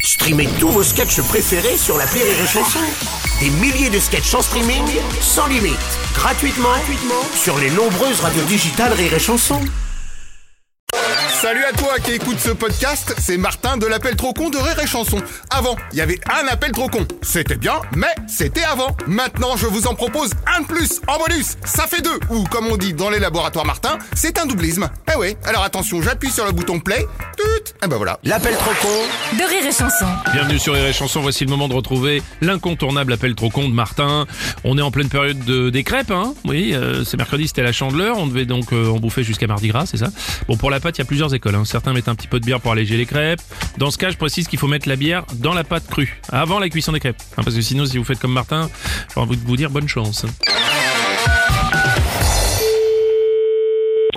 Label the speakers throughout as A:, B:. A: Streamez tous vos sketchs préférés sur la Rire et Chanson. Des milliers de sketchs en streaming, sans limite, gratuitement, gratuitement sur les nombreuses radios digitales Rire et Chanson.
B: Salut à toi qui écoute ce podcast, c'est Martin de l'appel trop con de Rire et Chanson. Avant, il y avait un appel trop con. C'était bien, mais c'était avant. Maintenant, je vous en propose un de plus en bonus. Ça fait deux, ou comme on dit dans les laboratoires Martin, c'est un doublisme. Eh ouais, alors attention, j'appuie sur le bouton play. Tut Et ben voilà.
A: L'appel trop con
C: de rire et chanson.
D: Bienvenue sur Rire et Chanson, voici le moment de retrouver l'incontournable appel trop con de Martin. On est en pleine période de, des crêpes, hein Oui, euh, c'est mercredi, c'était la chandeleur, on devait donc euh, en bouffer jusqu'à mardi gras, c'est ça Bon, pour la pâte, il y a plusieurs écoles, hein. certains mettent un petit peu de bière pour alléger les crêpes. Dans ce cas, je précise qu'il faut mettre la bière dans la pâte crue, avant la cuisson des crêpes. hein, parce que sinon, si vous faites comme Martin, j'ai envie de vous dire bonne chance.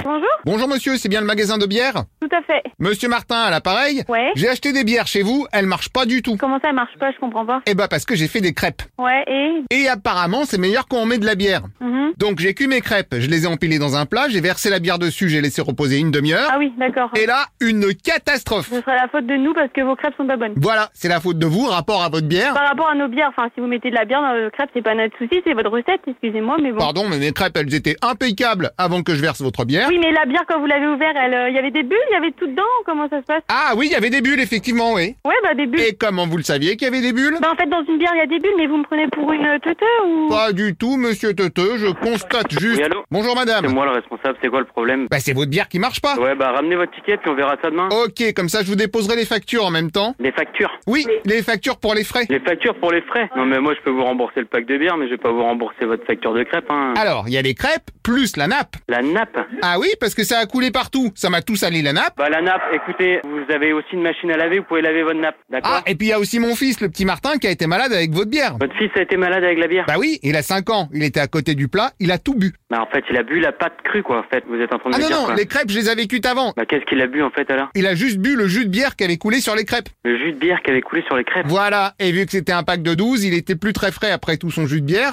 E: Bonjour,
B: Bonjour monsieur, c'est bien le magasin de bière
E: tout à fait.
B: Monsieur Martin à l'appareil
E: Ouais.
B: J'ai acheté des bières chez vous, elles marchent pas du tout.
E: Comment ça elle marche pas, je comprends pas.
B: Eh ben parce que j'ai fait des crêpes.
E: Ouais, et
B: Et apparemment, c'est meilleur quand on met de la bière.
E: Mhm.
B: Donc j'ai cuit mes crêpes, je les ai empilées dans un plat, j'ai versé la bière dessus, j'ai laissé reposer une demi-heure.
E: Ah oui, d'accord.
B: Et là, une catastrophe.
E: Ce serait la faute de nous parce que vos crêpes sont pas bonnes.
B: Voilà, c'est la faute de vous, rapport à votre bière.
E: Par rapport à nos bières, enfin si vous mettez de la bière dans vos crêpes, c'est pas notre souci, c'est votre recette, excusez-moi, mais bon.
B: Pardon, mais mes crêpes, elles étaient impeccables avant que je verse votre bière.
E: Oui, mais la bière quand vous l'avez ouverte, elle, euh, il y avait des bulles, il y avait tout dedans. Comment ça se passe
B: Ah oui, il y avait des bulles, effectivement, oui.
E: Ouais, bah des bulles.
B: Et comment vous le saviez qu'il y avait des bulles
E: Bah en fait dans une bière il y a des bulles, mais vous me prenez pour une teuteux ou
B: Pas du tout, monsieur Teteux, je constate juste...
F: Oui, allô
B: Bonjour,
F: C'est
B: madame.
F: moi le responsable, c'est quoi le problème
B: Bah, c'est votre bière qui marche pas.
F: Ouais, bah ramenez votre ticket puis on verra ça demain.
B: Ok, comme ça, je vous déposerai les factures en même temps.
F: Les factures
B: Oui, les factures pour les frais.
F: Les factures pour les frais Non mais moi je peux vous rembourser le pack de bière, mais je vais pas vous rembourser votre facture de crêpes, hein.
B: Alors, il y a les crêpes, plus la nappe.
F: La nappe
B: Ah oui, parce que ça a coulé partout. Ça m'a tout salé la nappe.
F: Bah la nappe, écoutez, vous avez aussi une machine à laver, vous pouvez laver votre nappe, d'accord
B: Ah, et puis il y a aussi mon fils, le petit Martin, qui a été malade avec votre bière.
F: Votre fils a été malade avec la bière
B: Bah oui, il a 5 ans, il était à côté du plat, il a tout bu.
F: Bah en fait il a bu la pâte crue quoi, en fait, vous êtes en train de
B: Ah
F: me
B: non,
F: dire
B: non,
F: quoi
B: les crêpes, je les avais cuites avant.
F: Bah qu'est-ce qu'il a bu en fait alors
B: Il a juste bu le jus de bière qui avait coulé sur les crêpes.
F: Le jus de bière qui avait coulé sur les crêpes
B: Voilà, et vu que c'était un pack de 12, il était plus très frais après tout son jus de bière.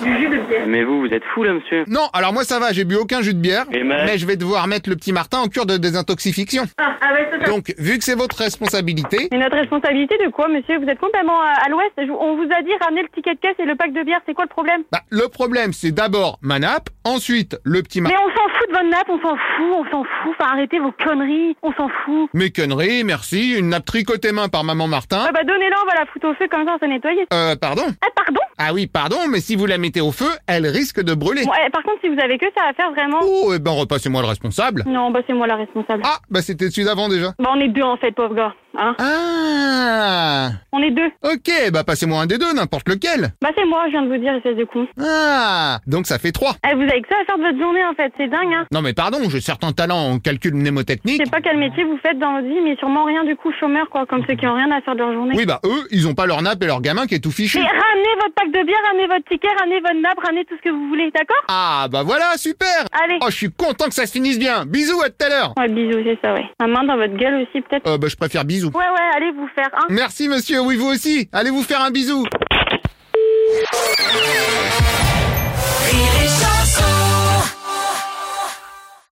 F: Mais vous, vous êtes fou là monsieur
B: Non, alors moi ça va, j'ai bu aucun jus de bière,
F: Et malade.
B: mais je vais devoir mettre le petit Martin en cure de désintoxification.
E: Ah, ah ouais, c'est ça.
B: Donc, vu que c'est votre responsabilité,
E: Mais notre responsabilité de quoi, monsieur Vous êtes complètement à, à l'ouest. Je- On vous a dit ramenez le ticket de caisse et le pack de bière, c'est quoi le problème
B: bah, le problème c'est d'abord ma nappe, ensuite le petit
E: Mais
B: Martin.
E: on s'en fout de votre nappe, on s'en fout, on s'en fout. Enfin arrêtez vos conneries, on s'en fout.
B: Mes conneries, merci, une nappe tricotée main par maman Martin.
E: Ah bah donnez-la, on va la foutre au feu comme ça on s'est nettoyé.
B: Euh, pardon
E: Ah pardon
B: Ah oui, pardon, mais si vous la mettez au feu, elle risque de brûler.
E: Bon, eh, Par contre si vous avez que ça à faire vraiment...
B: Oh, eh ben repassez-moi le responsable.
E: Non bah c'est moi la responsable.
B: Ah, bah c'était celui d'avant déjà.
E: Bah on est deux en fait pauvre gars. Hein
B: Ah
E: on est deux.
B: Ok, bah passez-moi un des deux, n'importe lequel.
E: Bah c'est moi je viens de vous dire espèce de con.
B: Ah Donc ça fait trois.
E: Eh, vous avez que ça à faire de votre journée en fait, c'est dingue hein.
B: Non mais pardon, j'ai certains talents en calcul mnémotechnique.
E: Je sais pas quel métier vous faites dans votre vie mais sûrement rien du coup chômeur quoi, comme ceux qui ont rien à faire de leur journée.
B: Oui bah eux, ils ont pas leur nappe et leur gamin qui est tout fichu.
E: Mais ramenez votre pack de bière, ramenez votre ticket, ramenez votre nappe, ramenez tout ce que vous voulez, d'accord
B: Ah bah voilà, super
E: Allez.
B: Oh, je suis content que ça se finisse bien. Bisous, à tout à l'heure.
E: Ouais bisous c'est ça ouais. Ma main dans votre gueule aussi peut-être.
B: Euh, bah je préfère bisous.
E: Ouais ouais allez vous faire un.
B: Merci monsieur, oui vous aussi. Allez vous faire un bisou.